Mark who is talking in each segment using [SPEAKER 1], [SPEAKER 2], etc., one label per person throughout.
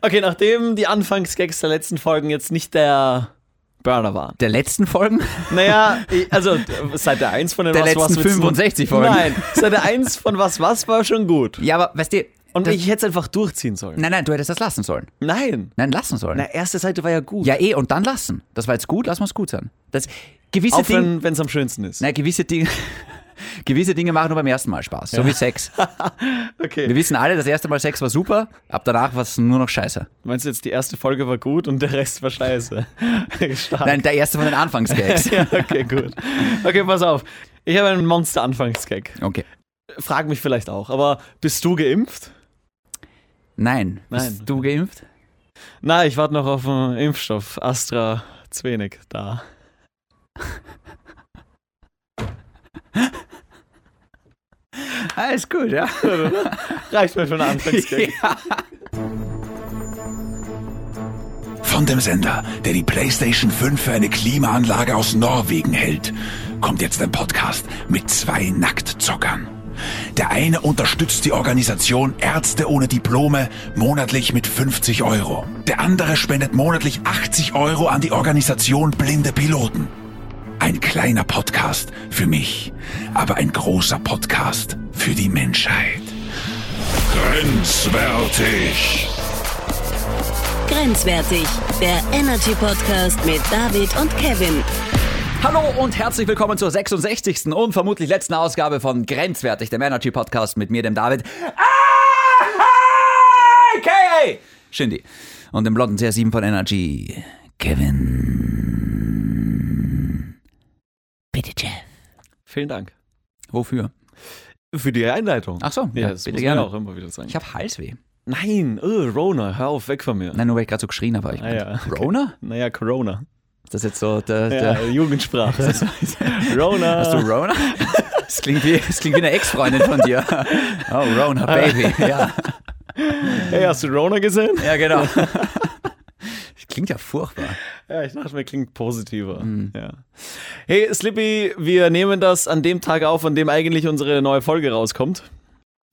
[SPEAKER 1] Okay, nachdem die Anfangsgags der letzten Folgen jetzt nicht der Burner waren.
[SPEAKER 2] Der letzten Folgen?
[SPEAKER 1] Naja, ich- also d- seit der 1 von den
[SPEAKER 2] Der
[SPEAKER 1] was,
[SPEAKER 2] letzten
[SPEAKER 1] was Witzen-
[SPEAKER 2] 65 Folgen.
[SPEAKER 1] Nein, seit der 1 von was was war schon gut.
[SPEAKER 2] Ja, aber weißt du.
[SPEAKER 1] Und
[SPEAKER 2] das,
[SPEAKER 1] ich hätte es einfach durchziehen sollen.
[SPEAKER 2] nein, nein, du hättest das lassen sollen.
[SPEAKER 1] Nein.
[SPEAKER 2] Nein, lassen sollen.
[SPEAKER 1] Na, erste Seite war ja gut.
[SPEAKER 2] Ja, eh, und dann lassen. Das war jetzt gut, lass mal's gut sein. Das, gewisse Dinge.
[SPEAKER 1] Aufhören, wenn es am schönsten ist.
[SPEAKER 2] Nein, gewisse Dinge. Gewisse Dinge machen nur beim ersten Mal Spaß, so wie Sex. Wir
[SPEAKER 1] Okay.
[SPEAKER 2] wissen alle, das erste Mal Sex war super, ab danach war es nur noch scheiße.
[SPEAKER 1] Meinst du jetzt, die erste Folge war gut und der Rest war scheiße? Stark.
[SPEAKER 2] Nein, der erste von den Anfangsgags.
[SPEAKER 1] Ja, okay, gut. Okay, pass auf. Ich habe einen Monster-Anfangs-Gag.
[SPEAKER 2] Okay.
[SPEAKER 1] Frag mich vielleicht auch, aber bist du geimpft?
[SPEAKER 2] Nein.
[SPEAKER 1] Nein.
[SPEAKER 2] Bist du geimpft?
[SPEAKER 1] Na, ich warte noch auf den Impfstoff Astra Zwenig da.
[SPEAKER 2] Alles gut, ja.
[SPEAKER 1] Reicht mir für einen Anfangsgag.
[SPEAKER 3] Von dem Sender, der die PlayStation 5 für eine Klimaanlage aus Norwegen hält, kommt jetzt ein Podcast mit zwei Nacktzockern. Der eine unterstützt die Organisation Ärzte ohne Diplome monatlich mit 50 Euro. Der andere spendet monatlich 80 Euro an die Organisation Blinde Piloten. Ein kleiner Podcast für mich, aber ein großer Podcast für die Menschheit. Grenzwertig.
[SPEAKER 4] Grenzwertig, der Energy Podcast mit David und Kevin.
[SPEAKER 2] Hallo und herzlich willkommen zur 66. und vermutlich letzten Ausgabe von Grenzwertig, dem Energy Podcast mit mir, dem David. Ah, AKA Shindy. Und dem blonden CR7 von Energy, Kevin. Bitte, Jeff.
[SPEAKER 1] Vielen Dank.
[SPEAKER 2] Wofür?
[SPEAKER 1] Für die Einleitung.
[SPEAKER 2] Ach so,
[SPEAKER 1] ja,
[SPEAKER 2] Ah, ja,
[SPEAKER 1] das
[SPEAKER 2] bitte
[SPEAKER 1] muss
[SPEAKER 2] gerne.
[SPEAKER 1] man ja auch immer wieder sagen.
[SPEAKER 2] Ich habe Halsweh.
[SPEAKER 1] Nein, oh, Rona, hör auf, weg von mir.
[SPEAKER 2] Nein, nur weil ich gerade so geschrien habe. war Ich
[SPEAKER 1] Ah, ja, okay.
[SPEAKER 2] Rona?
[SPEAKER 1] Naja, Corona.
[SPEAKER 2] Das ist jetzt so der, der,
[SPEAKER 1] Ja, Jugendsprache. Rona.
[SPEAKER 2] Hast du Rona? Das klingt wie, das klingt wie eine Ex-Freundin von dir. Oh,
[SPEAKER 1] Ah.
[SPEAKER 2] Rona, Baby. Ja,
[SPEAKER 1] hey, hast du Rona gesehen?
[SPEAKER 2] ja genau. Das klingt ja furchtbar.
[SPEAKER 1] Ja, ich dachte mir, klingt positiver.
[SPEAKER 2] Hm.
[SPEAKER 1] Ja. Hey, Slippy, wir nehmen das an dem Tag auf, an dem eigentlich unsere neue Folge rauskommt.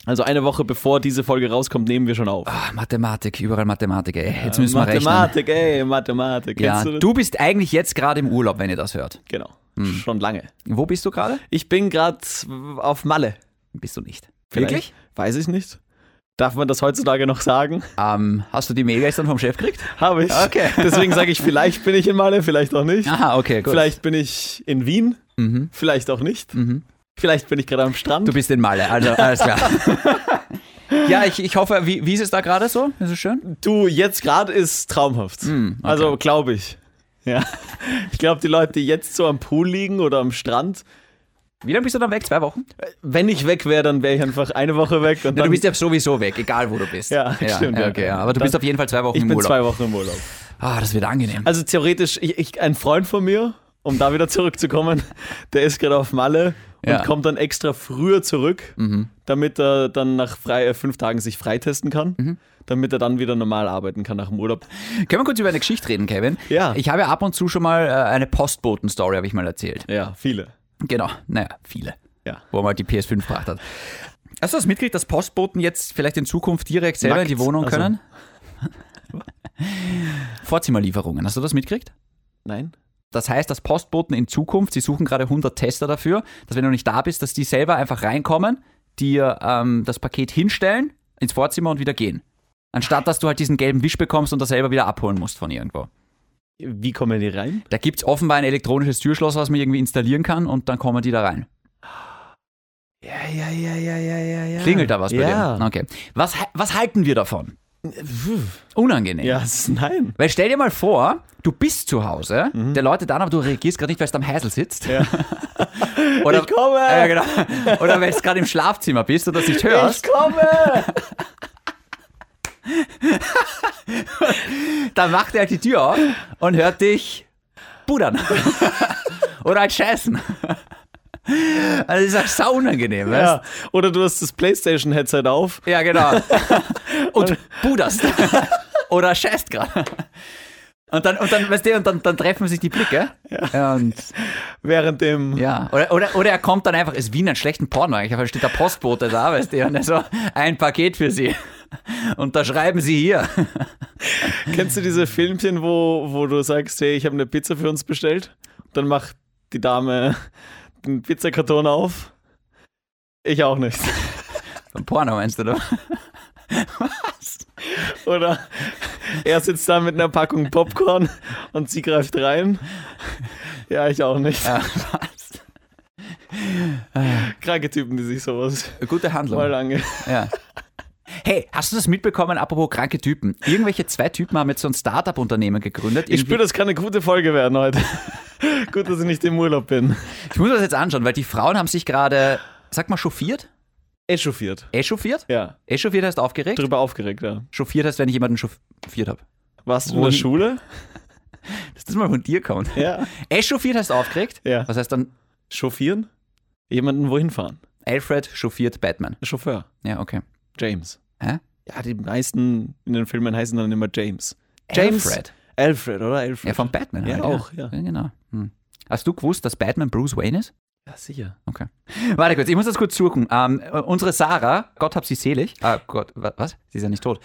[SPEAKER 1] Also eine Woche bevor diese Folge rauskommt, nehmen wir schon auf.
[SPEAKER 2] Ah, Mathematik, überall Mathematik, ey. Jetzt müssen wir rechnen.
[SPEAKER 1] Mathematik, ey, Mathematik.
[SPEAKER 2] Ja,
[SPEAKER 1] Kennst du das?
[SPEAKER 2] du Hm. bist eigentlich jetzt gerade im Urlaub, wenn ihr das hört.
[SPEAKER 1] Genau, schon lange.
[SPEAKER 2] Wo bist du gerade?
[SPEAKER 1] Ich bin gerade auf Malle.
[SPEAKER 2] Bist du nicht.
[SPEAKER 1] Vielleicht. Weiß ich nicht. Darf man das heutzutage noch sagen?
[SPEAKER 2] Ähm, hast du die Mail dann vom Chef gekriegt?
[SPEAKER 1] Habe ich.
[SPEAKER 2] Okay.
[SPEAKER 1] Deswegen sage ich, vielleicht bin ich in Malle, vielleicht auch nicht.
[SPEAKER 2] Aha, Ah, okay, gut.
[SPEAKER 1] vielleicht bin ich in Wien,
[SPEAKER 2] Mhm.
[SPEAKER 1] vielleicht auch nicht. Vielleicht bin ich gerade am Strand.
[SPEAKER 2] Du bist in Malle, also alles klar. ja, ich, ich hoffe, wie, wie ist es da gerade so? Ist es schön?
[SPEAKER 1] Du, jetzt gerade ist traumhaft.
[SPEAKER 2] Hm,
[SPEAKER 1] Also, glaube ich. Ja. Ich glaube, die Leute, die jetzt so am Pool liegen oder am Strand,
[SPEAKER 2] Wie lange bist du dann weg? Zwei Wochen?
[SPEAKER 1] wenn ich weg wäre, dann wäre ich einfach eine Woche weg. Und
[SPEAKER 2] Ja,
[SPEAKER 1] dann,
[SPEAKER 2] du bist ja sowieso weg, egal wo du bist.
[SPEAKER 1] Ja, stimmt, ja.
[SPEAKER 2] okay, ja. Aber du
[SPEAKER 1] Dann-
[SPEAKER 2] bist auf jeden Fall zwei Wochen
[SPEAKER 1] ich
[SPEAKER 2] im
[SPEAKER 1] bin
[SPEAKER 2] Urlaub.
[SPEAKER 1] zwei Wochen im Urlaub.
[SPEAKER 2] Ah, das wird angenehm.
[SPEAKER 1] Also theoretisch, ich, ich, ein Freund von mir, um da wieder zurückzukommen, der ist gerade auf Malle und
[SPEAKER 2] Ja.
[SPEAKER 1] kommt dann extra früher zurück, damit er dann nach frei, äh, fünf Tagen sich freitesten kann, damit er dann wieder normal arbeiten kann nach dem Urlaub.
[SPEAKER 2] Können wir kurz über eine Geschichte reden, Kevin?
[SPEAKER 1] Ja.
[SPEAKER 2] Ich habe Also ja ab und zu schon mal äh, eine Postboten-Story, habe ich mal erzählt.
[SPEAKER 1] Ja, viele.
[SPEAKER 2] Genau. Naja, viele.
[SPEAKER 1] Ja.
[SPEAKER 2] Wo man halt die PS5 gebracht hat. Hast du das mitgekriegt, dass Postboten jetzt vielleicht in Zukunft direkt selber in die
[SPEAKER 1] Nackt,
[SPEAKER 2] Wohnung
[SPEAKER 1] also-
[SPEAKER 2] können? Vorzimmerlieferungen. Hast du das mitgekriegt?
[SPEAKER 1] Nein?
[SPEAKER 2] Das heißt, dass Postboten in Zukunft, sie suchen gerade 100 Tester dafür, dass wenn du nicht da bist, dass die selber einfach reinkommen, dir ähm, das Paket hinstellen, ins Vorzimmer und wieder gehen. Anstatt, dass du halt diesen gelben Wisch bekommst und das selber wieder abholen musst von irgendwo.
[SPEAKER 1] Wie kommen die rein?
[SPEAKER 2] Da gibt es offenbar ein elektronisches Türschloss, was man irgendwie installieren kann und dann kommen die da rein.
[SPEAKER 1] Ja, ja, ja, ja, ja, ja, ja.
[SPEAKER 2] Klingelt da was bei
[SPEAKER 1] ja.
[SPEAKER 2] dir? Okay. Was, he- was halten wir davon? Unangenehm.
[SPEAKER 1] Ja, es ist nein.
[SPEAKER 2] Weil stell dir mal vor, du bist zu Hause, der Leute dann, aber du reagierst gerade nicht, weil du am Heisel sitzt.
[SPEAKER 1] Mhm. Ja.
[SPEAKER 2] Oder,
[SPEAKER 1] Ich komme!
[SPEAKER 2] Ja, genau. Oder weil du gerade im Schlafzimmer bist und das nicht
[SPEAKER 1] Ich
[SPEAKER 2] hörst,
[SPEAKER 1] komme!
[SPEAKER 2] dann macht er halt die Tür auf und hört dich pudern. Oder halt scheißen. Also das ist halt sau unangenehm, weißt
[SPEAKER 1] Ja. Oder du hast das Playstation-Headset auf.
[SPEAKER 2] du? Ja, genau. Und puderst. Oder scheißt gerade. Und dann, und dann, weißt du, und dann, dann treffen sich die Blicke. Ja. Und
[SPEAKER 1] Während dem.
[SPEAKER 2] Ja, oder, oder, oder er kommt dann einfach, ist wie in einem schlechten Porno eigentlich, aber steht der Postbote da, weißt du, und er so, ein Paket für sie. Unterschreiben Sie hier.
[SPEAKER 1] Kennst du diese Filmchen, wo, wo du sagst, hey, ich habe eine Pizza für uns bestellt? Dann macht die Dame den Pizzakarton auf. Ich auch nicht.
[SPEAKER 2] Von Porno meinst du doch?
[SPEAKER 1] Oder er sitzt da mit einer Packung Popcorn und sie greift rein. Ja, ich auch nicht.
[SPEAKER 2] Ja, was?
[SPEAKER 1] Kranke Typen, die sich sowas
[SPEAKER 2] Gute Handlung.
[SPEAKER 1] mal lange.
[SPEAKER 2] Ja. Hey, hast du das mitbekommen, apropos kranke Typen? Irgendwelche zwei Typen haben jetzt so ein Startup-Unternehmen gegründet.
[SPEAKER 1] Ich spüre, das kann eine gute Folge werden heute. Gut, dass ich nicht im Urlaub bin.
[SPEAKER 2] ich muss mir das jetzt anschauen, weil die Frauen haben sich gerade, sag mal, chauffiert?
[SPEAKER 1] Echauffiert.
[SPEAKER 2] Echauffiert?
[SPEAKER 1] Ja,
[SPEAKER 2] Echauffiert heißt aufgeregt?
[SPEAKER 1] drüber aufgeregt, ja.
[SPEAKER 2] Chauffiert heißt, wenn ich jemanden chauffiert habe.
[SPEAKER 1] Warst du in der
[SPEAKER 2] Wohin?
[SPEAKER 1] Schule?
[SPEAKER 2] Dass das mal von dir kommt.
[SPEAKER 1] Ja.
[SPEAKER 2] Echauffiert heißt aufgeregt.
[SPEAKER 1] Ja.
[SPEAKER 2] Was heißt dann
[SPEAKER 1] Chauffieren? Jemanden wohin fahren?
[SPEAKER 2] Alfred chauffiert Batman?
[SPEAKER 1] Chauffeur.
[SPEAKER 2] Ja, okay.
[SPEAKER 1] James.
[SPEAKER 2] Hä?
[SPEAKER 1] Ja, die meisten in den Filmen heißen dann immer James. James.
[SPEAKER 2] Alfred.
[SPEAKER 1] Alfred, oder? Alfred.
[SPEAKER 2] Ja, von Batman.
[SPEAKER 1] Ja,
[SPEAKER 2] halt,
[SPEAKER 1] auch, ja.
[SPEAKER 2] Genau. Hm. Hast du gewusst, dass Batman Bruce Wayne ist?
[SPEAKER 1] ja sicher.
[SPEAKER 2] Okay. Warte kurz, ich muss das kurz suchen. Ähm, unsere Sarah, Gott hab sie selig. Ah, Gott, wa- was? Sie ist ja nicht tot.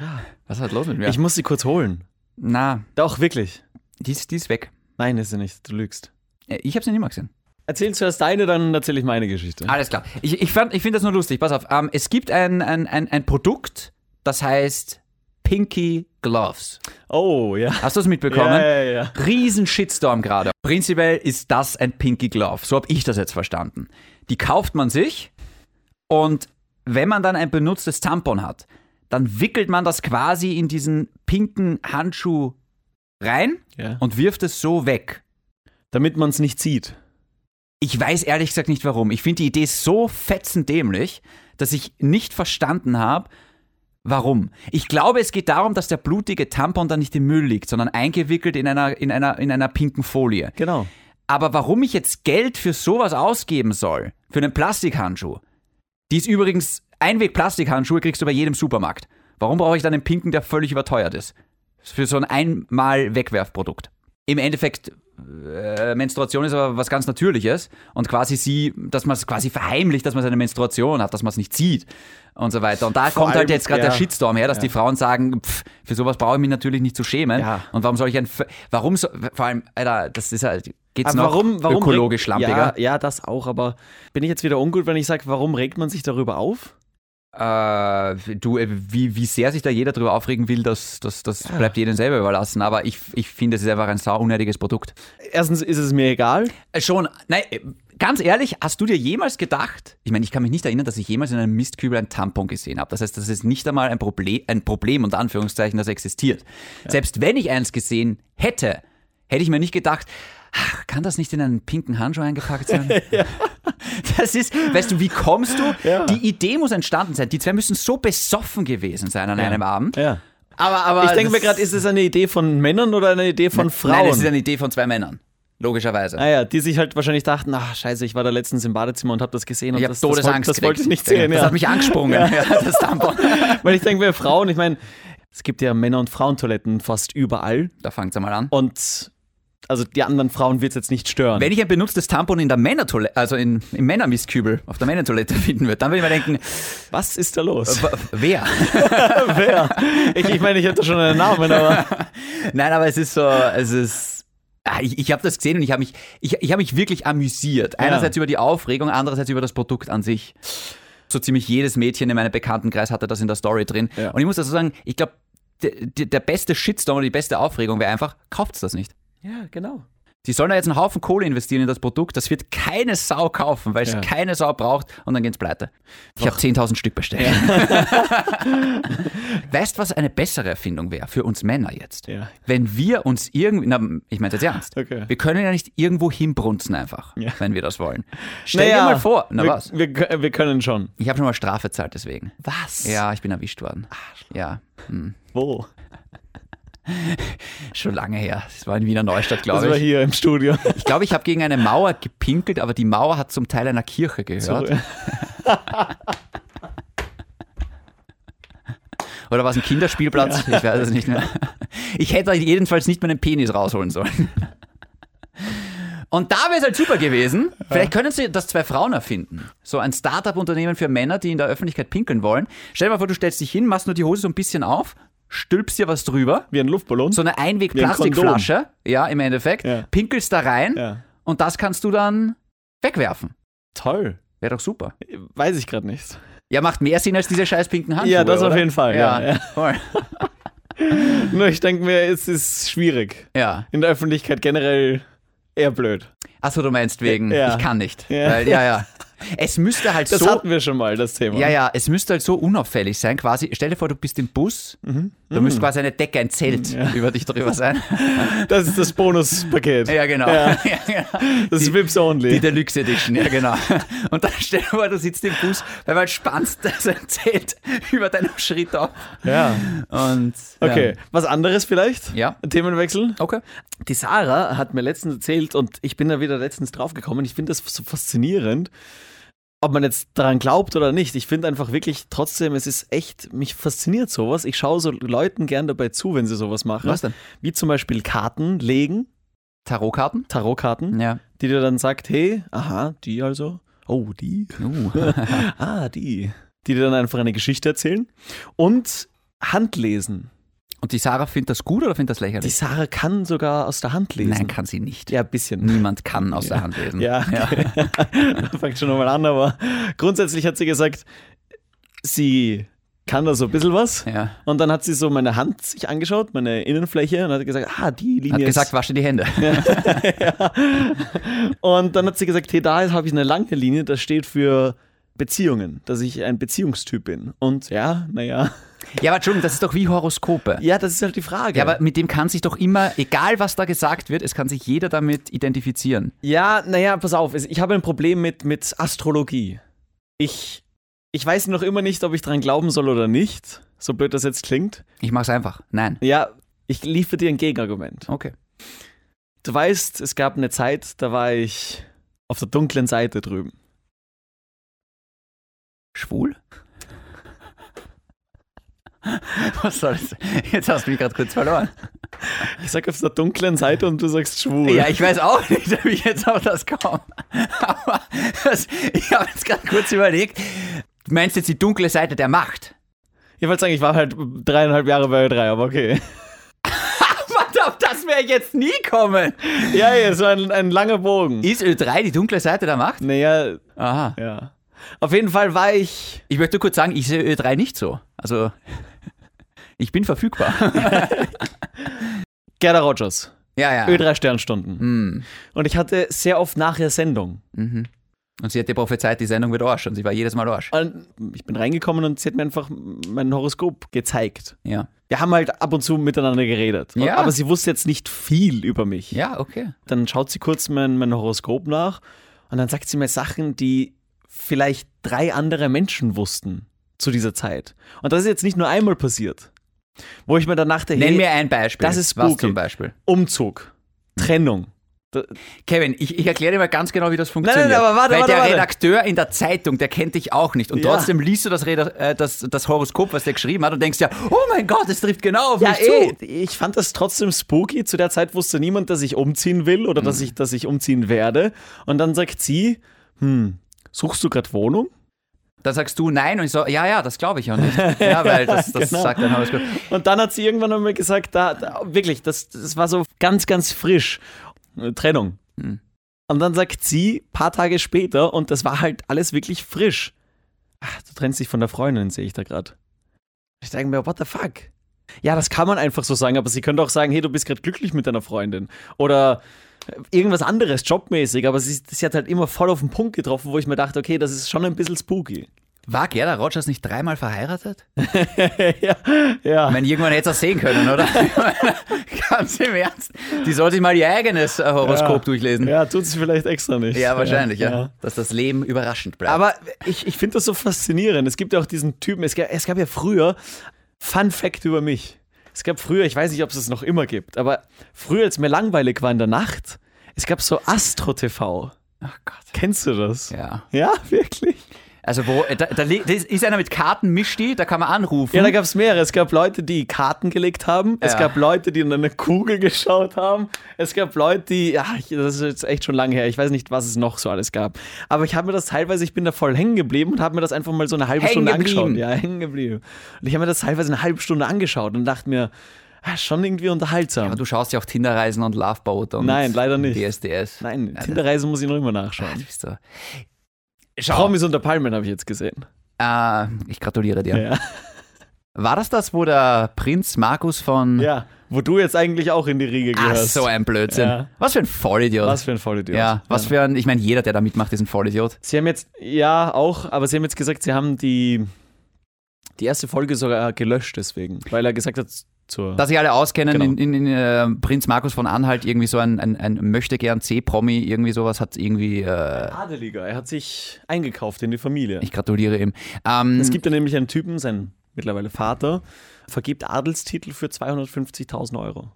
[SPEAKER 1] Ja.
[SPEAKER 2] Was ist halt los mit mir?
[SPEAKER 1] Ich muss sie kurz holen.
[SPEAKER 2] Na,
[SPEAKER 1] Doch, wirklich.
[SPEAKER 2] die ist, die ist weg.
[SPEAKER 1] Nein, ist sie nicht. Du lügst.
[SPEAKER 2] Äh, Ich habe sie nicht mehr gesehen.
[SPEAKER 1] Erzähl zuerst deine, dann erzähle ich meine Geschichte.
[SPEAKER 2] Alles klar. Ich, ich, fand- ich finde das nur lustig. Pass auf. Ähm, es gibt ein, ein, ein, ein Produkt, das heißt Pinky Gloves.
[SPEAKER 1] Oh, ja.
[SPEAKER 2] Hast du das mitbekommen?
[SPEAKER 1] Ja, ja, ja.
[SPEAKER 2] Riesen Shitstorm gerade. Prinzipiell ist das ein Pinky Glove. So habe ich das jetzt verstanden. Die kauft man sich und wenn man dann ein benutztes Tampon hat, dann wickelt man das quasi in diesen pinken Handschuh rein
[SPEAKER 1] ja.
[SPEAKER 2] und wirft es so weg.
[SPEAKER 1] Damit man es nicht sieht.
[SPEAKER 2] Ich weiß ehrlich gesagt nicht warum. Ich finde die Idee so fetzend dämlich, dass ich nicht verstanden habe, warum. Ich glaube, es geht darum, dass der blutige Tampon dann nicht im Müll liegt, sondern eingewickelt in einer, in einer, in einer pinken Folie.
[SPEAKER 1] Genau.
[SPEAKER 2] Aber warum ich jetzt Geld für sowas ausgeben soll, für einen Plastikhandschuh, die ist übrigens Einweg-Plastikhandschuhe kriegst du bei jedem Supermarkt. Warum brauche ich dann einen pinken, der völlig überteuert ist? Für so ein einmal Wegwerfprodukt. Im Endeffekt, äh, Menstruation ist aber was ganz Natürliches und quasi sie, dass man es quasi verheimlicht, dass man seine Menstruation hat, dass man es nicht sieht und so weiter. Und da kommt
[SPEAKER 1] allem,
[SPEAKER 2] halt jetzt gerade
[SPEAKER 1] ja.
[SPEAKER 2] der Shitstorm her, dass die Frauen sagen, pff, für sowas brauche ich mich natürlich nicht zu schämen.
[SPEAKER 1] Ja.
[SPEAKER 2] Und warum soll ich ein, F- warum so, vor allem, Alter, das ist halt, geht's
[SPEAKER 1] Aber
[SPEAKER 2] noch
[SPEAKER 1] warum, warum
[SPEAKER 2] ökologisch
[SPEAKER 1] regt-
[SPEAKER 2] schlampiger?
[SPEAKER 1] Ja, ja, das auch, aber bin ich jetzt wieder ungut, wenn ich sage, warum regt man sich darüber auf?
[SPEAKER 2] Äh, du, äh, wie, wie sehr sich da jeder drüber aufregen will, das, das, das bleibt jedem selber überlassen. Aber ich, ich finde, es ist einfach ein sau unnötiges Produkt.
[SPEAKER 1] Erstens ist es mir egal.
[SPEAKER 2] Äh, schon, nein, äh, ganz ehrlich, hast du dir jemals gedacht, ich meine, ich kann mich nicht erinnern, dass ich jemals in einem Mistkübel ein Tampon gesehen habe. Das heißt, das ist nicht einmal ein Problem, ein Problem unter Anführungszeichen, das existiert. Selbst wenn ich eins gesehen hätte, hätte ich mir nicht gedacht, ach, kann das nicht in einen pinken Handschuh eingepackt sein? Das ist, weißt du, wie kommst du?
[SPEAKER 1] Ja.
[SPEAKER 2] Die Idee muss entstanden sein. Die zwei müssen so besoffen gewesen sein an einem Abend.
[SPEAKER 1] Ja.
[SPEAKER 2] Aber, aber
[SPEAKER 1] Ich denke mir
[SPEAKER 2] Ah, das-
[SPEAKER 1] gerade, ist es eine Idee von Männern oder eine Idee von Frauen?
[SPEAKER 2] Nein, das ist eine Idee von zwei Männern. Logischerweise.
[SPEAKER 1] Ah ja, die sich halt wahrscheinlich dachten, ach scheiße, ich war da letztens im Badezimmer und habe das gesehen und
[SPEAKER 2] Ich habe
[SPEAKER 1] das, das, wollte-
[SPEAKER 2] Todesangst
[SPEAKER 1] das wollte ich nicht
[SPEAKER 2] gekriegt.
[SPEAKER 1] sehen.
[SPEAKER 2] Das
[SPEAKER 1] ja.
[SPEAKER 2] hat mich angesprungen, ja. das Tampon.
[SPEAKER 1] Weil ich denke mir, Frauen, ich meine, es gibt ja Männer- und Frauentoiletten fast überall
[SPEAKER 2] Da fangt's einmal an.
[SPEAKER 1] und also die anderen Frauen wird es jetzt nicht stören.
[SPEAKER 2] Wenn ich ein benutztes Tampon in der Männertoilette, also in, im Männermistkübel auf der Männertoilette finden würde, dann würde ich mir denken,
[SPEAKER 1] Was ist da los?
[SPEAKER 2] w- wer?
[SPEAKER 1] Wer? Ich, ich meine, ich hätte schon einen Namen, aber
[SPEAKER 2] Nein, aber es ist so, es ist. Ah, Ich, ich habe das gesehen und ich habe mich, ich, ich hab mich wirklich amüsiert. Einerseits über die Aufregung, andererseits über das Produkt an sich. So ziemlich jedes Mädchen in meinem Bekanntenkreis hatte das in der Story drin.
[SPEAKER 1] Ja.
[SPEAKER 2] Und ich muss dazu sagen, ich glaube, der, der der beste Shitstorm oder die beste Aufregung wäre einfach, kauft's das nicht.
[SPEAKER 1] ja, genau.
[SPEAKER 2] Die sollen da jetzt einen Haufen Kohle investieren in das Produkt, das wird keine Sau kaufen, weil es
[SPEAKER 1] Ja.
[SPEAKER 2] keine Sau braucht und dann geht's pleite. Ich habe 10.000 Stück bestellt. weißt was eine bessere Erfindung wäre für uns Männer jetzt?
[SPEAKER 1] Ja.
[SPEAKER 2] Wenn wir uns irgendwie, na, ich meine jetzt ernst,
[SPEAKER 1] Okay.
[SPEAKER 2] wir können ja nicht irgendwo hinbrunzen einfach,
[SPEAKER 1] Ja.
[SPEAKER 2] wenn wir das wollen. Stell dir mal vor, na
[SPEAKER 1] wir,
[SPEAKER 2] was?
[SPEAKER 1] Wir, kö- wir können schon.
[SPEAKER 2] Ich habe schon mal Strafe gezahlt deswegen.
[SPEAKER 1] Was?
[SPEAKER 2] Ja, ich bin erwischt worden. Ja,
[SPEAKER 1] Wo?
[SPEAKER 2] schon lange her. Das war in Wiener Neustadt,
[SPEAKER 1] Das
[SPEAKER 2] glaube ich.
[SPEAKER 1] war hier im Studio.
[SPEAKER 2] Ich glaube, ich habe gegen eine Mauer gepinkelt, aber die Mauer hat zum Teil einer Kirche gehört. Oder war es ein Kinderspielplatz? Ich weiß ne?
[SPEAKER 1] Genau.
[SPEAKER 2] es nicht mehr. Ich hätte jedenfalls nicht meinen Penis rausholen sollen. Und da wäre es halt super gewesen. Vielleicht können sie das zwei Frauen erfinden. So ein Startup-Unternehmen für Männer, die in der Öffentlichkeit pinkeln wollen. Stell dir mal vor, du stellst dich hin, machst nur die Hose so ein bisschen auf, stülpst dir was drüber,
[SPEAKER 1] Wie ein Luftballon.
[SPEAKER 2] so eine Einweg-Plastikflasche, ja, im Endeffekt,
[SPEAKER 1] Ja.
[SPEAKER 2] pinkelst da rein
[SPEAKER 1] ja.
[SPEAKER 2] und das kannst du dann wegwerfen.
[SPEAKER 1] Toll.
[SPEAKER 2] Wäre doch super.
[SPEAKER 1] Weiß ich gerade nicht.
[SPEAKER 2] Ja, macht mehr Sinn als diese scheiß pinken Handschuhe.
[SPEAKER 1] Ja, das auf
[SPEAKER 2] oder?
[SPEAKER 1] jeden Fall, ja, ja.
[SPEAKER 2] voll.
[SPEAKER 1] Nur ich denke mir, es ist schwierig.
[SPEAKER 2] Ja.
[SPEAKER 1] In der Öffentlichkeit generell eher blöd.
[SPEAKER 2] Achso, du meinst wegen,
[SPEAKER 1] Ja.
[SPEAKER 2] ich kann nicht.
[SPEAKER 1] Ja.
[SPEAKER 2] Ja. Weil, ja, ja. Es müsste halt
[SPEAKER 1] Das
[SPEAKER 2] so.
[SPEAKER 1] hatten wir schon mal, das Thema.
[SPEAKER 2] Ja, ja, es müsste halt so unauffällig sein, quasi. Stell dir vor, du bist im Bus,
[SPEAKER 1] Mhm.
[SPEAKER 2] da müsste quasi eine Decke, ein Zelt über dich drüber sein.
[SPEAKER 1] Das ist das Bonuspaket.
[SPEAKER 2] Ja, genau.
[SPEAKER 1] Ja,
[SPEAKER 2] Ja, genau.
[SPEAKER 1] das ist Vips
[SPEAKER 2] Die
[SPEAKER 1] Only.
[SPEAKER 2] Deluxe Edition, ja genau. Und dann stell dir vor, du sitzt im Bus, weil man spannst sein Zelt über deinem Schritt auf.
[SPEAKER 1] ja.
[SPEAKER 2] Und,
[SPEAKER 1] Okay, was anderes vielleicht?
[SPEAKER 2] Ja.
[SPEAKER 1] Themenwechsel?
[SPEAKER 2] Ja. Okay.
[SPEAKER 1] Die Sarah hat mir letztens erzählt und ich bin da wieder letztens draufgekommen. Ich finde das so faszinierend, ob man jetzt daran glaubt oder nicht. Ich finde einfach wirklich trotzdem, es ist echt, mich fasziniert sowas. Ich schaue so Leuten gern dabei zu, wenn sie sowas machen.
[SPEAKER 2] Was denn?
[SPEAKER 1] Wie zum Beispiel Karten legen,
[SPEAKER 2] Tarotkarten?
[SPEAKER 1] Tarotkarten,
[SPEAKER 2] Ja.
[SPEAKER 1] die dir dann sagt, hey, aha, die also, oh, die,
[SPEAKER 2] Uh.
[SPEAKER 1] ah, die. Die dir dann einfach eine Geschichte erzählen. Und Handlesen.
[SPEAKER 2] Und die Sarah findet das gut oder findet das
[SPEAKER 1] Die
[SPEAKER 2] lächerlich?
[SPEAKER 1] Sarah kann sogar aus der Hand lesen.
[SPEAKER 2] Nein, kann sie nicht.
[SPEAKER 1] ja, ein bisschen.
[SPEAKER 2] Niemand kann aus der Hand lesen.
[SPEAKER 1] Ja, okay. fängt schon nochmal an, aber grundsätzlich hat sie gesagt, sie kann da so ein bisschen was.
[SPEAKER 2] Ja.
[SPEAKER 1] Und dann hat sie so meine Hand sich angeschaut, meine Innenfläche, und hat gesagt, ah, die Linie.
[SPEAKER 2] Hat
[SPEAKER 1] ist-
[SPEAKER 2] gesagt, wasche die Hände.
[SPEAKER 1] Und dann hat sie gesagt, hey, da habe ich eine lange Linie, das steht für Beziehungen, dass ich ein Beziehungstyp bin. Und ja, naja.
[SPEAKER 2] Ja, aber Entschuldigung, das ist doch wie Horoskope.
[SPEAKER 1] Ja, das ist halt die Frage.
[SPEAKER 2] Ja, aber mit dem kann sich doch immer, egal was da gesagt wird, es kann sich jeder damit identifizieren.
[SPEAKER 1] Ja, naja, pass auf, es- ich habe ein Problem mit, mit Astrologie. Ich, ich weiß noch immer nicht, ob ich dran glauben soll oder nicht, so blöd das jetzt klingt.
[SPEAKER 2] Ich mach's einfach. Nein.
[SPEAKER 1] Ja, ich liefere dir ein Gegenargument.
[SPEAKER 2] Okay.
[SPEAKER 1] Du weißt, es gab eine Zeit, da war ich auf der dunklen Seite drüben.
[SPEAKER 2] Schwul? Was soll das? Jetzt hast du mich gerade kurz verloren.
[SPEAKER 1] Ich sag auf der dunklen Seite und du sagst schwul.
[SPEAKER 2] Ja, ich weiß auch nicht, wie ich jetzt auf das komme. Aber das, ich habe jetzt gerade kurz überlegt. Du meinst jetzt die dunkle Seite der Macht?
[SPEAKER 1] ich wollte sagen, ich war halt dreieinhalb Jahre bei E drei, aber okay.
[SPEAKER 2] Mann, auf das wäre ich jetzt nie kommen.
[SPEAKER 1] Ja, ja, so ein, ein langer Bogen.
[SPEAKER 2] Ist Ö3 die dunkle Seite der Macht?
[SPEAKER 1] Naja,
[SPEAKER 2] Aha.
[SPEAKER 1] ja. Auf jeden Fall war ich
[SPEAKER 2] Ich möchte nur kurz sagen, ich sehe Ö3 nicht so. Also, ich bin verfügbar.
[SPEAKER 1] Gerda Rogers,
[SPEAKER 2] Ja, ja.
[SPEAKER 1] Ö3 Sternstunden.
[SPEAKER 2] Hm.
[SPEAKER 1] Und ich hatte sehr oft nachher Sendung.
[SPEAKER 2] Mhm. Und sie hat dir prophezeit, die Sendung wird Arsch. Und sie war jedes Mal Arsch.
[SPEAKER 1] Und ich bin reingekommen und sie hat mir einfach mein Horoskop gezeigt.
[SPEAKER 2] Ja.
[SPEAKER 1] Wir haben halt ab und zu miteinander geredet. Und-
[SPEAKER 2] Ja.
[SPEAKER 1] Aber sie wusste jetzt nicht viel über mich.
[SPEAKER 2] Ja, okay.
[SPEAKER 1] Dann schaut sie kurz mein, mein Horoskop nach und dann sagt sie mir Sachen, die vielleicht drei andere Menschen wussten zu dieser Zeit. Und das ist jetzt nicht nur einmal passiert. Wo ich mir dann dachte,
[SPEAKER 2] Nenn
[SPEAKER 1] hey,
[SPEAKER 2] mir ein Beispiel.
[SPEAKER 1] das ist
[SPEAKER 2] Was
[SPEAKER 1] spooky.
[SPEAKER 2] zum Beispiel?
[SPEAKER 1] Umzug, Trennung. Da-
[SPEAKER 2] Kevin, ich, ich erkläre dir mal ganz genau, wie das funktioniert.
[SPEAKER 1] nein, aber warte,
[SPEAKER 2] Weil
[SPEAKER 1] warte,
[SPEAKER 2] der
[SPEAKER 1] warte.
[SPEAKER 2] Redakteur in der Zeitung, der kennt dich auch nicht. Und
[SPEAKER 1] Ja.
[SPEAKER 2] trotzdem liest du das, Reda äh, das, das Horoskop, was der geschrieben hat und denkst ja, oh mein Gott, es trifft genau auf
[SPEAKER 1] Ja,
[SPEAKER 2] mich
[SPEAKER 1] eh,
[SPEAKER 2] zu.
[SPEAKER 1] ich fand das trotzdem spooky. Zu der Zeit wusste niemand, dass ich umziehen will oder dass, ich, dass ich umziehen werde. Und dann sagt sie, hm, suchst du gerade Wohnung?
[SPEAKER 2] Dann sagst du nein und ich so, ja, ja, das glaube ich auch nicht. Ja, weil das, das
[SPEAKER 1] Genau.
[SPEAKER 2] sagt dein Horoskop.
[SPEAKER 1] Und dann hat sie irgendwann einmal gesagt, da, da wirklich, das, das war so ganz, ganz frisch. Äh, Trennung.
[SPEAKER 2] Hm.
[SPEAKER 1] Und dann sagt sie, paar Tage später, und das war halt alles wirklich frisch. Ach, du trennst dich von der Freundin, sehe ich da gerade. Ich denke mir, what the fuck? Ja, das kann man einfach so sagen, aber sie könnte auch sagen, hey, du bist gerade glücklich mit deiner Freundin. Oder äh, irgendwas anderes, jobmäßig. Aber sie, sie hat halt immer voll auf den Punkt getroffen, wo ich mir dachte, okay, das ist schon ein bisschen spooky.
[SPEAKER 2] War Gerda Rogers nicht dreimal verheiratet?
[SPEAKER 1] ja, ja.
[SPEAKER 2] Ich meine, irgendwann hätte er sehen können, oder? Ich meine, Ganz im Ernst. Die sollte sich mal ihr eigenes äh, Horoskop durchlesen. Ja,
[SPEAKER 1] Ja, tut sie vielleicht extra nicht.
[SPEAKER 2] wahrscheinlich, ja, Dass das Leben überraschend bleibt.
[SPEAKER 1] Aber ich, ich finde das so faszinierend. Es gibt ja auch diesen Typen, es gab, es gab ja früher, Fun Fact über mich. Es gab früher, ich weiß nicht, ob es es noch immer gibt, aber früher, als mir langweilig war in der Nacht, es gab so Astro TV.
[SPEAKER 2] Ach Oh Gott.
[SPEAKER 1] Kennst du das?
[SPEAKER 2] Ja.
[SPEAKER 1] Ja, wirklich?
[SPEAKER 2] Also wo, da, da, li- da ist einer mit Karten, mischt die, da kann man anrufen.
[SPEAKER 1] Ja, da gab es mehrere. Es gab Leute, die Karten gelegt haben. Es
[SPEAKER 2] Hm? Ja.
[SPEAKER 1] gab Leute, die in eine Kugel geschaut haben. Es gab Leute, die, ja, ich, das ist jetzt echt schon lange her. Ich weiß nicht, was es noch so alles gab. Aber ich habe mir das teilweise, ich bin da voll hängen geblieben und habe mir das einfach mal so eine halbe
[SPEAKER 2] Hängen
[SPEAKER 1] Stunde
[SPEAKER 2] geblieben.
[SPEAKER 1] angeschaut. Ja, hängen geblieben. Und ich habe mir das teilweise eine halbe Stunde angeschaut und dachte mir, ah, schon irgendwie unterhaltsam.
[SPEAKER 2] Aber du schaust ja auch Tinderreisen und Loveboat und
[SPEAKER 1] Nein, leider nicht.
[SPEAKER 2] DSDS.
[SPEAKER 1] Nein,
[SPEAKER 2] Ja,
[SPEAKER 1] Tinderreise muss ich noch immer
[SPEAKER 2] da-
[SPEAKER 1] nachschauen.
[SPEAKER 2] Ah, du bist so-
[SPEAKER 1] Promis unter Palmen habe ich jetzt gesehen.
[SPEAKER 2] Äh, ich gratuliere dir.
[SPEAKER 1] Ja.
[SPEAKER 2] War das das, wo der Prinz Markus von...
[SPEAKER 1] ja, wo du jetzt eigentlich auch in die Riege
[SPEAKER 2] Ah,
[SPEAKER 1] gehörst.
[SPEAKER 2] Hm. so ein Blödsinn.
[SPEAKER 1] Ja.
[SPEAKER 2] Was für ein Vollidiot.
[SPEAKER 1] was für ein Vollidiot.
[SPEAKER 2] ja, was für ein... Ich meine, jeder, der da mitmacht, ist ein Vollidiot.
[SPEAKER 1] Sie haben jetzt, ja, auch, aber sie haben jetzt gesagt, sie haben die, die erste Folge sogar gelöscht deswegen, weil er gesagt hat, zur.
[SPEAKER 2] Dass sich alle auskennen,
[SPEAKER 1] Genau.
[SPEAKER 2] in, in, in äh, Prinz Markus von Anhalt irgendwie so ein, ein, ein möchtegern C-Promi, irgendwie sowas hat irgendwie... Äh,
[SPEAKER 1] Adeliger, er hat sich eingekauft in die Familie.
[SPEAKER 2] ich gratuliere ihm. Ähm,
[SPEAKER 1] es gibt da nämlich einen Typen, sein mittlerweile Vater, vergibt Adelstitel für 250.000 Euro.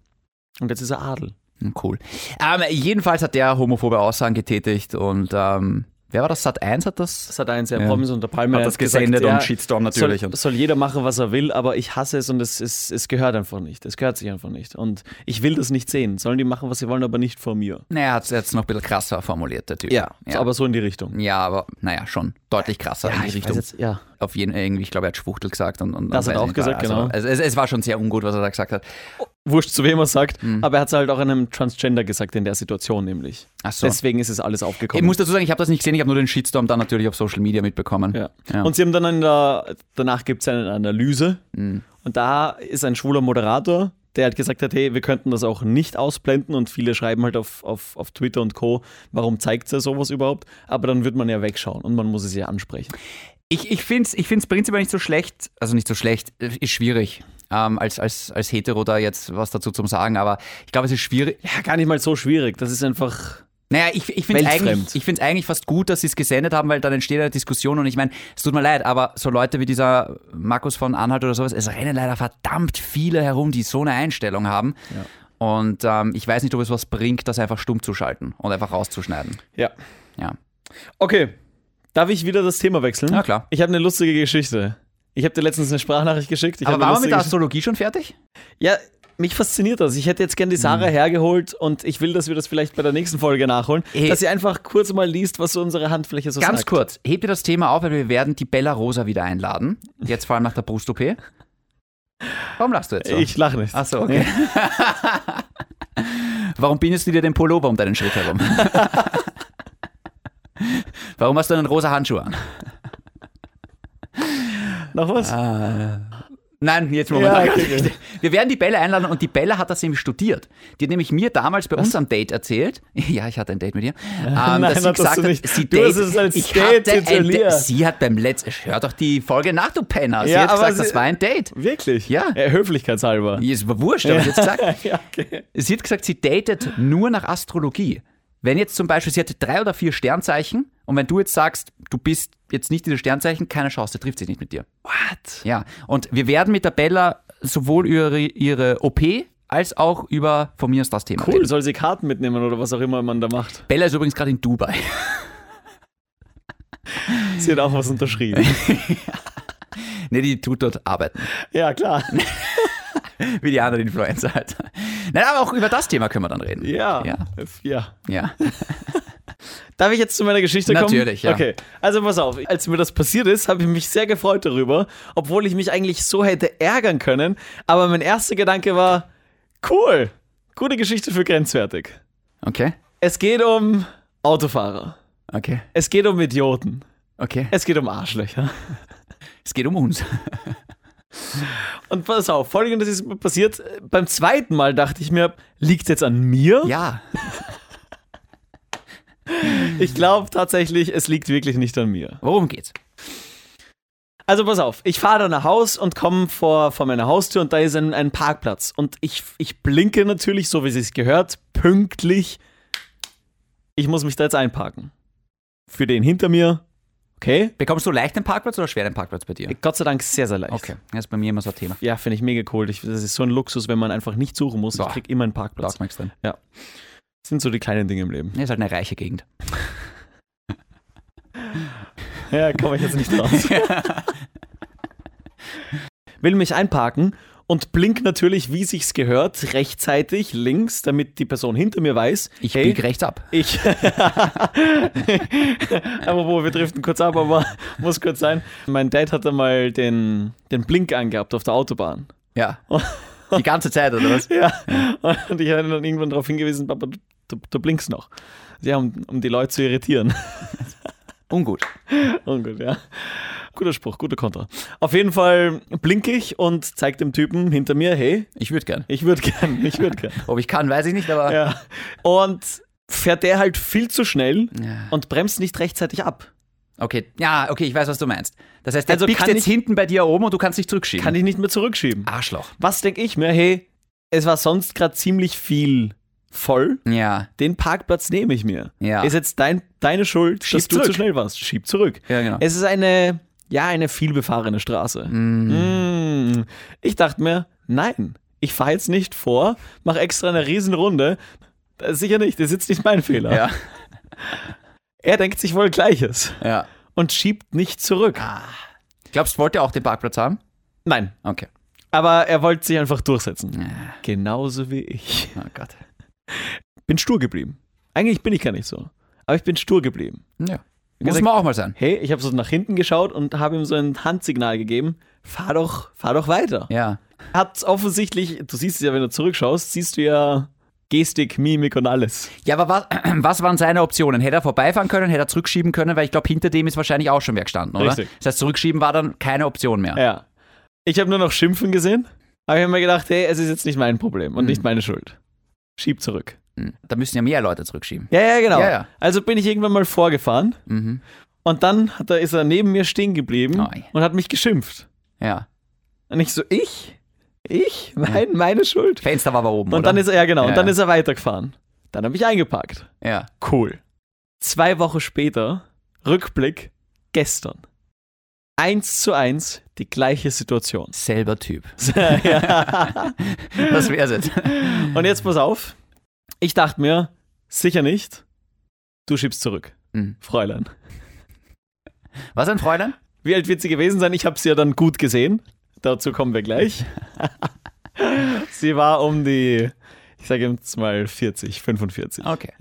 [SPEAKER 1] Und jetzt ist er Adel.
[SPEAKER 2] Cool. Ähm, jedenfalls hat der homophobe Aussagen getätigt und ähm, wer war das? Sat 1 hat das?
[SPEAKER 1] Das hat eins der
[SPEAKER 2] Ja.
[SPEAKER 1] Promis unter Palme.
[SPEAKER 2] Hat
[SPEAKER 1] er
[SPEAKER 2] das gesendet
[SPEAKER 1] gesagt,
[SPEAKER 2] und
[SPEAKER 1] ja,
[SPEAKER 2] Shitstorm natürlich
[SPEAKER 1] Soll,
[SPEAKER 2] und-
[SPEAKER 1] soll jeder machen, was er will, aber ich hasse es und es, es, es gehört einfach nicht. Es gehört sich einfach nicht. Und ich will das nicht sehen. Sollen die machen, was sie wollen, aber nicht vor mir.
[SPEAKER 2] Naja, hat es jetzt noch ein bisschen krasser formuliert, der Typ. ja.
[SPEAKER 1] Aber so in die Richtung.
[SPEAKER 2] ja, aber naja, schon deutlich krasser in die
[SPEAKER 1] ich weiß
[SPEAKER 2] Richtung.
[SPEAKER 1] Jetzt, ja,
[SPEAKER 2] Auf jeden irgendwie, ich glaube, er hat Schwuchtel gesagt und, und
[SPEAKER 1] Das
[SPEAKER 2] und
[SPEAKER 1] hat er
[SPEAKER 2] weiß
[SPEAKER 1] auch
[SPEAKER 2] nicht,
[SPEAKER 1] gesagt,
[SPEAKER 2] also,
[SPEAKER 1] genau.
[SPEAKER 2] Also, es, es war schon sehr ungut, was er da gesagt hat.
[SPEAKER 1] wurscht, zu wem er sagt, aber er hat es halt auch einem Transgender gesagt in der Situation nämlich.
[SPEAKER 2] Ach so.
[SPEAKER 1] Deswegen ist es alles
[SPEAKER 2] Ich
[SPEAKER 1] aufgekommen.
[SPEAKER 2] muss dazu sagen, ich habe das nicht gesehen, ich habe nur den Shitstorm dann natürlich auf Social Media mitbekommen.
[SPEAKER 1] ja.
[SPEAKER 2] Ja.
[SPEAKER 1] Und sie haben dann in der, danach gibt es eine Analyse und da ist ein schwuler Moderator, der halt gesagt hat, hey, wir könnten das auch nicht ausblenden und viele schreiben halt auf, auf, auf Twitter und Co., warum zeigt er sowas überhaupt? Aber dann wird man ja wegschauen und man muss es ja ansprechen.
[SPEAKER 2] Ich, ich finde es ich find's prinzipiell nicht so schlecht, also nicht so schlecht, äh, ist schwierig, ähm, als, als, als Hetero da jetzt was dazu zum sagen, aber ich glaube, es ist schwierig,
[SPEAKER 1] Ja, gar nicht mal so schwierig. Das ist einfach,
[SPEAKER 2] Naja, ich, ich finde es
[SPEAKER 1] Weltfremd.
[SPEAKER 2] eigentlich, ich find's eigentlich fast gut, dass sie es gesendet haben, weil dann entsteht eine Diskussion und ich meine, es tut mir leid, aber so Leute wie dieser Markus von Anhalt oder sowas, es rennen leider verdammt viele herum, die so eine Einstellung haben. Und ähm, ich weiß nicht, ob es was bringt, das einfach stumm zu schalten und einfach rauszuschneiden.
[SPEAKER 1] ja.
[SPEAKER 2] Ja.
[SPEAKER 1] Okay, darf ich wieder das Thema wechseln?
[SPEAKER 2] Na klar.
[SPEAKER 1] Ich habe eine lustige Geschichte. Ich habe dir letztens eine Sprachnachricht geschickt. Ich hab
[SPEAKER 2] aber
[SPEAKER 1] eine
[SPEAKER 2] waren wir
[SPEAKER 1] lustige
[SPEAKER 2] mit der
[SPEAKER 1] Gesch-
[SPEAKER 2] Astrologie schon fertig?
[SPEAKER 1] Ja, mich fasziniert das. Ich hätte jetzt gern die
[SPEAKER 2] Hm.
[SPEAKER 1] Sarah hergeholt und ich will, dass wir das vielleicht bei der nächsten Folge nachholen,
[SPEAKER 2] Eh.
[SPEAKER 1] dass sie einfach kurz mal liest, was so unsere Handfläche so
[SPEAKER 2] Ganz
[SPEAKER 1] sagt.
[SPEAKER 2] kurz, hebt ihr das Thema auf, weil wir werden die Bella Rosa wieder einladen. Jetzt vor allem nach der Brust-OP. Warum lachst du jetzt so?
[SPEAKER 1] Ich lache nicht.
[SPEAKER 2] Ach so, okay. Warum bindest du dir den Pullover um deinen Schritt herum? Warum hast du einen rosa Handschuh an?
[SPEAKER 1] Noch was?
[SPEAKER 2] Ah. Nein, jetzt momentan.
[SPEAKER 1] Ja, okay.
[SPEAKER 2] Wir werden die Bella einladen und die Bella hat das nämlich studiert. Die hat nämlich mir damals bei unserem Date erzählt. Ja, ich hatte ein Date mit ihr. Ähm,
[SPEAKER 1] nein,
[SPEAKER 2] dass sie
[SPEAKER 1] hattest
[SPEAKER 2] gesagt
[SPEAKER 1] du
[SPEAKER 2] hat,
[SPEAKER 1] nicht.
[SPEAKER 2] sie
[SPEAKER 1] Du
[SPEAKER 2] date,
[SPEAKER 1] hast es als
[SPEAKER 2] ich
[SPEAKER 1] Date
[SPEAKER 2] hatte ein
[SPEAKER 1] tituliert.
[SPEAKER 2] Date. Sie hat beim letzten, hör doch die Folge nach, du Penner. Sie
[SPEAKER 1] Ja,
[SPEAKER 2] hat
[SPEAKER 1] aber
[SPEAKER 2] gesagt,
[SPEAKER 1] sie-
[SPEAKER 2] das war ein Date.
[SPEAKER 1] Wirklich?
[SPEAKER 2] Ja.
[SPEAKER 1] Äh, höflichkeitshalber.
[SPEAKER 2] Ist mir wurscht, aber ich jetzt gesagt.
[SPEAKER 1] ja, okay.
[SPEAKER 2] Sie hat gesagt, sie datet nur nach Astrologie. Wenn jetzt zum Beispiel, sie hatte drei oder vier Sternzeichen und wenn du jetzt sagst, du bist jetzt nicht dieses Sternzeichen, keine Chance, der trifft sich nicht mit dir.
[SPEAKER 1] What?
[SPEAKER 2] Ja, und wir werden mit der Bella sowohl über ihre OP als auch über von mir ist das Thema.
[SPEAKER 1] Cool,
[SPEAKER 2] reden.
[SPEAKER 1] soll sie Karten mitnehmen oder was auch immer man da macht.
[SPEAKER 2] Bella ist übrigens gerade in Dubai.
[SPEAKER 1] Sie hat auch was unterschrieben.
[SPEAKER 2] ne, die tut dort arbeiten,
[SPEAKER 1] ja, klar.
[SPEAKER 2] wie die anderen Influencer halt. Nein, aber auch über das Thema können wir dann reden.
[SPEAKER 1] Ja.
[SPEAKER 2] Ja.
[SPEAKER 1] ja.
[SPEAKER 2] ja.
[SPEAKER 1] Darf ich jetzt zu meiner Geschichte kommen?
[SPEAKER 2] Natürlich, ja.
[SPEAKER 1] Okay, also pass auf. Als mir das passiert ist, habe ich mich sehr gefreut darüber, obwohl ich mich eigentlich so hätte ärgern können. Aber mein erster Gedanke war, cool, gute Geschichte für grenzwertig.
[SPEAKER 2] Okay,
[SPEAKER 1] Es geht um Autofahrer.
[SPEAKER 2] okay,
[SPEAKER 1] Es geht um Idioten.
[SPEAKER 2] okay.
[SPEAKER 1] Es geht um Arschlöcher.
[SPEAKER 2] Es geht um uns.
[SPEAKER 1] Und pass auf, folgendes ist mir passiert. Beim zweiten Mal dachte ich mir, liegt jetzt an mir?
[SPEAKER 2] Ja.
[SPEAKER 1] Ich glaube tatsächlich, es liegt wirklich nicht an mir.
[SPEAKER 2] Worum geht's?
[SPEAKER 1] Also pass auf, ich fahre da nach Haus und komme vor, vor meiner Haustür und da ist ein, ein Parkplatz. Und ich, ich blinke natürlich, so wie es sich gehört, pünktlich. Ich muss mich da jetzt einparken. Für den hinter mir, okay?
[SPEAKER 2] Bekommst du leicht einen Parkplatz oder schwer einen Parkplatz bei dir?
[SPEAKER 1] Gott sei Dank sehr, sehr leicht.
[SPEAKER 2] Okay, das ist bei mir immer so ein Thema.
[SPEAKER 1] Ja, finde ich mega cool. Ich, das ist so ein Luxus, wenn man einfach nicht suchen muss.
[SPEAKER 2] Boah.
[SPEAKER 1] Ich krieg immer einen Parkplatz.
[SPEAKER 2] magst du halt
[SPEAKER 1] Das sind so die kleinen Dinge im Leben.
[SPEAKER 2] Ist halt eine reiche Gegend.
[SPEAKER 1] Ja, komme ich jetzt nicht raus. Will mich einparken und blink natürlich, wie sich's gehört, rechtzeitig links, damit die Person hinter mir weiß,
[SPEAKER 2] Ich
[SPEAKER 1] hey,
[SPEAKER 2] bieg rechts ab.
[SPEAKER 1] ich. Apropos, wir driften kurz ab, aber muss kurz sein. Mein Dad hat einmal den, den Blink angehabt auf der Autobahn.
[SPEAKER 2] Ja. Die ganze Zeit, oder was?
[SPEAKER 1] Ja. Und ich habe ihn dann irgendwann darauf hingewiesen, Papa, du, du, du blinkst noch. Ja, um, um die Leute zu irritieren.
[SPEAKER 2] Ungut.
[SPEAKER 1] Ungut, Oh ja. Guter Spruch, guter Konter. Auf jeden Fall blinke ich und zeig dem Typen hinter mir, hey,
[SPEAKER 2] Ich würde gern.
[SPEAKER 1] ich würde gern, ich würde gern.
[SPEAKER 2] Ob ich kann, weiß ich nicht, aber
[SPEAKER 1] Ja. Und fährt der halt viel zu schnell
[SPEAKER 2] Ja.
[SPEAKER 1] und bremst nicht rechtzeitig ab.
[SPEAKER 2] okay. Ja, okay, ich weiß, was du meinst. Das heißt, der
[SPEAKER 1] Also
[SPEAKER 2] biegt
[SPEAKER 1] kann
[SPEAKER 2] jetzt
[SPEAKER 1] ich-
[SPEAKER 2] hinten bei dir oben und du kannst dich zurückschieben.
[SPEAKER 1] Kann ich nicht mehr zurückschieben.
[SPEAKER 2] Arschloch.
[SPEAKER 1] Was denke ich mir? Hey, es war sonst gerade ziemlich viel voll.
[SPEAKER 2] Ja,
[SPEAKER 1] Den Parkplatz nehme ich mir.
[SPEAKER 2] Ja.
[SPEAKER 1] Ist jetzt dein, deine Schuld,
[SPEAKER 2] Schieb
[SPEAKER 1] dass du
[SPEAKER 2] zurück.
[SPEAKER 1] zu schnell warst. Schieb zurück.
[SPEAKER 2] ja, genau.
[SPEAKER 1] Es ist eine, ja, eine vielbefahrene Straße. Mm. Ich dachte mir, nein, ich fahre jetzt nicht vor, mache extra eine Riesenrunde. Das ist Sicher nicht, das ist jetzt nicht mein Fehler.
[SPEAKER 2] ja,
[SPEAKER 1] Er denkt sich wohl Gleiches
[SPEAKER 2] ja.
[SPEAKER 1] und schiebt nicht zurück.
[SPEAKER 2] Glaubst du, wollte er auch den Parkplatz haben?
[SPEAKER 1] Nein,
[SPEAKER 2] Okay.
[SPEAKER 1] aber er wollte sich einfach durchsetzen. Genauso wie ich.
[SPEAKER 2] Oh Gott.
[SPEAKER 1] Bin stur geblieben. Eigentlich bin ich gar nicht so. Aber ich bin stur geblieben.
[SPEAKER 2] Ja. Muss
[SPEAKER 1] Gesagt-
[SPEAKER 2] man auch mal sein.
[SPEAKER 1] Hey, ich habe so nach hinten geschaut und habe ihm so ein Handsignal gegeben. Fahr doch, fahr doch weiter.
[SPEAKER 2] Ja.
[SPEAKER 1] hat offensichtlich, du siehst es ja, wenn du zurückschaust, siehst du ja Gestik, Mimik und alles.
[SPEAKER 2] Ja, aber was, was waren seine Optionen? Hätte er vorbeifahren können, hätte er zurückschieben können, weil ich glaube, hinter dem ist wahrscheinlich auch schon wer gestanden, oder?
[SPEAKER 1] Richtig.
[SPEAKER 2] Das heißt, zurückschieben war dann keine Option mehr.
[SPEAKER 1] Ja. Ich habe nur noch Schimpfen gesehen, aber ich habe mir gedacht, hey, es ist jetzt nicht mein Problem und nicht meine Schuld. Schieb zurück.
[SPEAKER 2] Da müssen ja mehr Leute zurückschieben.
[SPEAKER 1] Ja, ja, genau.
[SPEAKER 2] Ja, ja.
[SPEAKER 1] Also bin ich irgendwann mal vorgefahren
[SPEAKER 2] Mhm.
[SPEAKER 1] und dann hat er, ist er neben mir stehen geblieben
[SPEAKER 2] Oi.
[SPEAKER 1] und hat mich geschimpft.
[SPEAKER 2] Ja.
[SPEAKER 1] Und ich so, ich? Ich? Nein, meine Schuld.
[SPEAKER 2] Fenster war aber oben.
[SPEAKER 1] Und
[SPEAKER 2] oder?
[SPEAKER 1] dann ist er, ja genau,
[SPEAKER 2] Ja,
[SPEAKER 1] und dann
[SPEAKER 2] ja.
[SPEAKER 1] ist er weitergefahren. Dann habe ich eingeparkt.
[SPEAKER 2] Ja.
[SPEAKER 1] Cool. Zwei Wochen später, Rückblick, gestern. Eins zu eins, die gleiche Situation.
[SPEAKER 2] Selber Typ.
[SPEAKER 1] Ja.
[SPEAKER 2] Das also- wär's jetzt.
[SPEAKER 1] Und jetzt pass auf. Ich dachte mir, sicher nicht, du schiebst zurück,
[SPEAKER 2] Mhm.
[SPEAKER 1] Fräulein.
[SPEAKER 2] Was denn, Freunde?
[SPEAKER 1] Wie alt wird sie gewesen sein? Ich habe sie ja dann gut gesehen. Dazu kommen wir gleich. sie war um die, ich sage jetzt mal 40, 45.
[SPEAKER 2] Okay.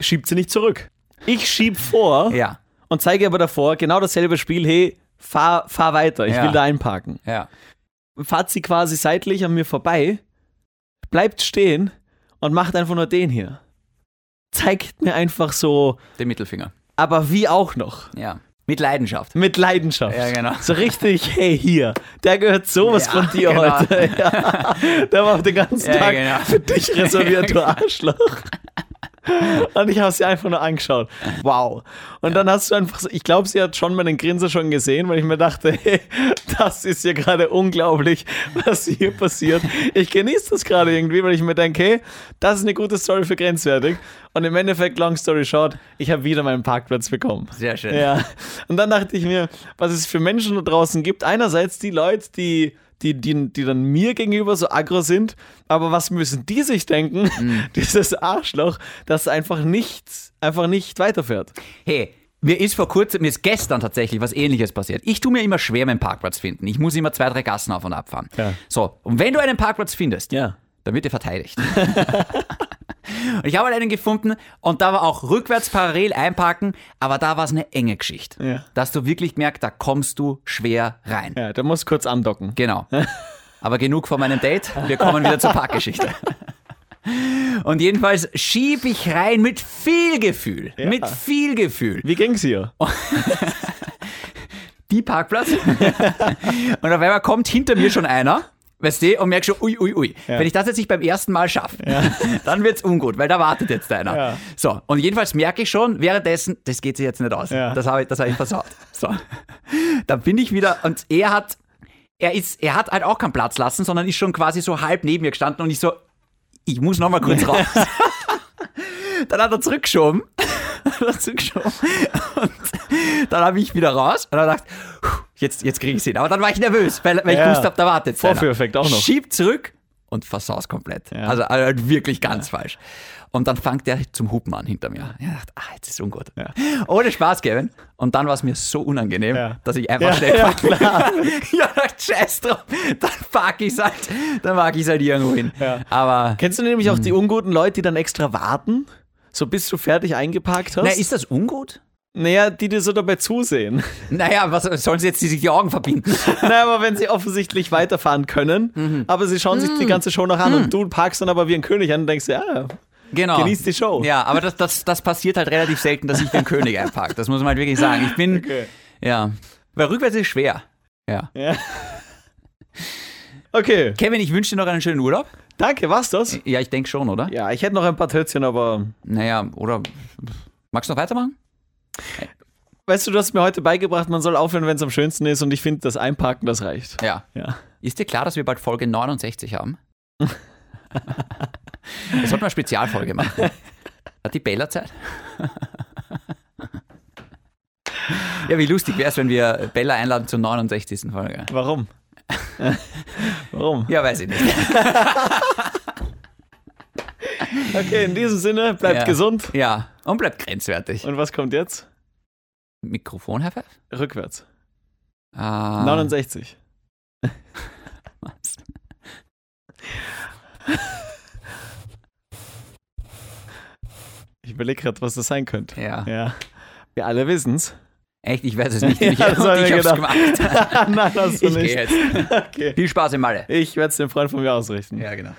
[SPEAKER 1] Schiebt sie nicht zurück. Ich schieb vor.
[SPEAKER 2] Ja.
[SPEAKER 1] und zeige aber davor genau dasselbe Spiel, hey, fahr, fahr weiter, ich
[SPEAKER 2] Ja.
[SPEAKER 1] will da einparken.
[SPEAKER 2] Ja.
[SPEAKER 1] Fahrt sie quasi seitlich an mir vorbei, bleibt stehen und macht einfach nur den hier. Zeigt mir einfach so,
[SPEAKER 2] Den Mittelfinger.
[SPEAKER 1] aber wie auch noch.
[SPEAKER 2] Ja. Mit Leidenschaft.
[SPEAKER 1] Mit Leidenschaft.
[SPEAKER 2] Ja, genau.
[SPEAKER 1] So richtig, hey, hier, der gehört sowas
[SPEAKER 2] Ja,
[SPEAKER 1] von dir
[SPEAKER 2] genau.
[SPEAKER 1] heute. Ja. Der war den ganzen
[SPEAKER 2] Ja,
[SPEAKER 1] Tag
[SPEAKER 2] genau.
[SPEAKER 1] für dich reserviert, du Arschloch. Und ich habe sie einfach nur angeschaut. Wow. Und dann hast du einfach so, ich glaube, sie hat schon meinen Grinser schon gesehen, weil ich mir dachte, hey, das ist ja gerade unglaublich, was hier passiert. Ich genieße das gerade irgendwie, weil ich mir denke, hey, das ist eine gute Story für grenzwertig. Und im Endeffekt, long story short, ich habe wieder meinen Parkplatz bekommen.
[SPEAKER 2] Sehr schön.
[SPEAKER 1] Ja. Und dann dachte ich mir, was es für Menschen da draußen gibt. Einerseits die Leute, die, die, die, die dann mir gegenüber so aggro sind, aber was müssen die sich denken?
[SPEAKER 2] Mhm.
[SPEAKER 1] Dieses Arschloch, das einfach nicht, einfach nicht weiterfährt.
[SPEAKER 2] Hey, mir ist vor kurzem, mir ist gestern tatsächlich was ähnliches passiert. Ich tue mir immer schwer, meinen Parkplatz finden. Ich muss immer zwei, drei Gassen auf und ab fahren.
[SPEAKER 1] Ja.
[SPEAKER 2] So, und wenn du einen Parkplatz findest,
[SPEAKER 1] Ja.
[SPEAKER 2] dann wird er verteidigt. und ich habe halt einen gefunden und da war auch rückwärts parallel einparken, aber da war es eine enge Geschichte.
[SPEAKER 1] Ja.
[SPEAKER 2] Dass du wirklich merkst, da kommst du schwer rein.
[SPEAKER 1] Ja, da muss kurz andocken.
[SPEAKER 2] Genau. Aber genug von meinem Date. Wir kommen wieder zur Parkgeschichte. Und jedenfalls schieb ich rein mit viel Gefühl. Mit viel Gefühl.
[SPEAKER 1] Wie ging's hier?
[SPEAKER 2] Die Parkplatz. und auf einmal kommt hinter mir schon einer. Weißt du, und merkst schon, ui, ui, ui. Wenn ich das jetzt nicht beim ersten Mal schaffe, dann wird's ungut, weil da wartet jetzt einer.
[SPEAKER 1] Ja.
[SPEAKER 2] So, und jedenfalls merke ich schon, währenddessen, das geht sich jetzt nicht aus.
[SPEAKER 1] Ja.
[SPEAKER 2] Das habe ich, das habe ich versaut. So. Dann bin ich wieder, und er hat, er ist, er hat halt auch keinen Platz lassen, sondern ist schon quasi so halb neben mir gestanden und ich so, ich muss nochmal kurz raus. dann hat er zurückgeschoben. Dann hat er zurückgeschoben. Und dann habe ich wieder raus und dann dachte, jetzt, jetzt kriege ich es hin. Aber dann war ich nervös, weil, weil
[SPEAKER 1] Ja.
[SPEAKER 2] ich gewusst habe, da wartet
[SPEAKER 1] Vorführeffekt auch noch.
[SPEAKER 2] Schiebt zurück und versau's komplett.
[SPEAKER 1] Ja.
[SPEAKER 2] Also, also halt wirklich ganz falsch. Und dann fängt der zum Hupen an hinter mir. Ich dachte, ah, jetzt ist ungut. Ohne Spaß, Kevin. Und dann war es mir so unangenehm,
[SPEAKER 1] Ja.
[SPEAKER 2] dass ich einfach
[SPEAKER 1] Ja,
[SPEAKER 2] schnell
[SPEAKER 1] ja,
[SPEAKER 2] fuck klar. ja, scheiß drauf. Dann fuck ich's halt. Dann mag ich's halt irgendwo hin.
[SPEAKER 1] Ja.
[SPEAKER 2] Aber
[SPEAKER 1] Kennst du nämlich auch die
[SPEAKER 2] Mhm.
[SPEAKER 1] unguten Leute, die dann extra warten? So bis du fertig eingeparkt hast?
[SPEAKER 2] na, ist das ungut?
[SPEAKER 1] naja, die dir so dabei zusehen.
[SPEAKER 2] Naja, was sollen sie jetzt die sich die Augen verbinden?
[SPEAKER 1] naja, aber wenn sie offensichtlich weiterfahren können,
[SPEAKER 2] Mhm.
[SPEAKER 1] aber sie schauen sich die ganze Show noch an und du parkst dann aber wie ein König an und denkst, ja,
[SPEAKER 2] Genau.
[SPEAKER 1] Genieß die Show.
[SPEAKER 2] Ja, aber das, das, das passiert halt relativ selten, dass ich den König einparke. Das muss man halt wirklich sagen. Ich bin,
[SPEAKER 1] okay.
[SPEAKER 2] ja. Weil rückwärts ist schwer. Ja.
[SPEAKER 1] Ja. Okay,
[SPEAKER 2] Kevin, ich wünsche dir noch einen schönen Urlaub.
[SPEAKER 1] danke, war's das?
[SPEAKER 2] Ja, ich denke schon, oder?
[SPEAKER 1] Ja, ich hätte noch ein paar Tötzchen, aber
[SPEAKER 2] Naja, oder. Magst du noch weitermachen?
[SPEAKER 1] weißt du, du hast mir heute beigebracht, man soll aufhören, wenn es am schönsten ist und ich finde, das Einparken, das reicht.
[SPEAKER 2] Ja.
[SPEAKER 1] Ja.
[SPEAKER 2] Ist dir klar, dass wir bald Folge 69 haben? das sollten wir eine Spezialfolge machen. Hat die Bella Zeit? ja, wie lustig wäre es, wenn wir Bella einladen zur 69. Folge.
[SPEAKER 1] Warum? Warum?
[SPEAKER 2] Ja, weiß ich nicht.
[SPEAKER 1] Okay, in diesem Sinne, bleibt
[SPEAKER 2] Ja.
[SPEAKER 1] gesund.
[SPEAKER 2] Ja, und bleibt grenzwertig.
[SPEAKER 1] Und was kommt jetzt?
[SPEAKER 2] Mikrofon, Herr Pfeff?
[SPEAKER 1] Rückwärts.
[SPEAKER 2] Ah,
[SPEAKER 1] 69.
[SPEAKER 2] Was?
[SPEAKER 1] Ich überlege gerade, was das sein könnte.
[SPEAKER 2] Ah, Ja.
[SPEAKER 1] Ja. Wir alle wissen's.
[SPEAKER 2] Echt, ich weiß es nicht.
[SPEAKER 1] Ja,
[SPEAKER 2] ich
[SPEAKER 1] das hab
[SPEAKER 2] ich
[SPEAKER 1] ich
[SPEAKER 2] hab's gemacht.
[SPEAKER 1] Nein, hast
[SPEAKER 2] Ich gehe jetzt.
[SPEAKER 1] Okay.
[SPEAKER 2] Viel Spaß im Malle.
[SPEAKER 1] Ich werde es dem Freund von mir ausrichten.
[SPEAKER 2] genau.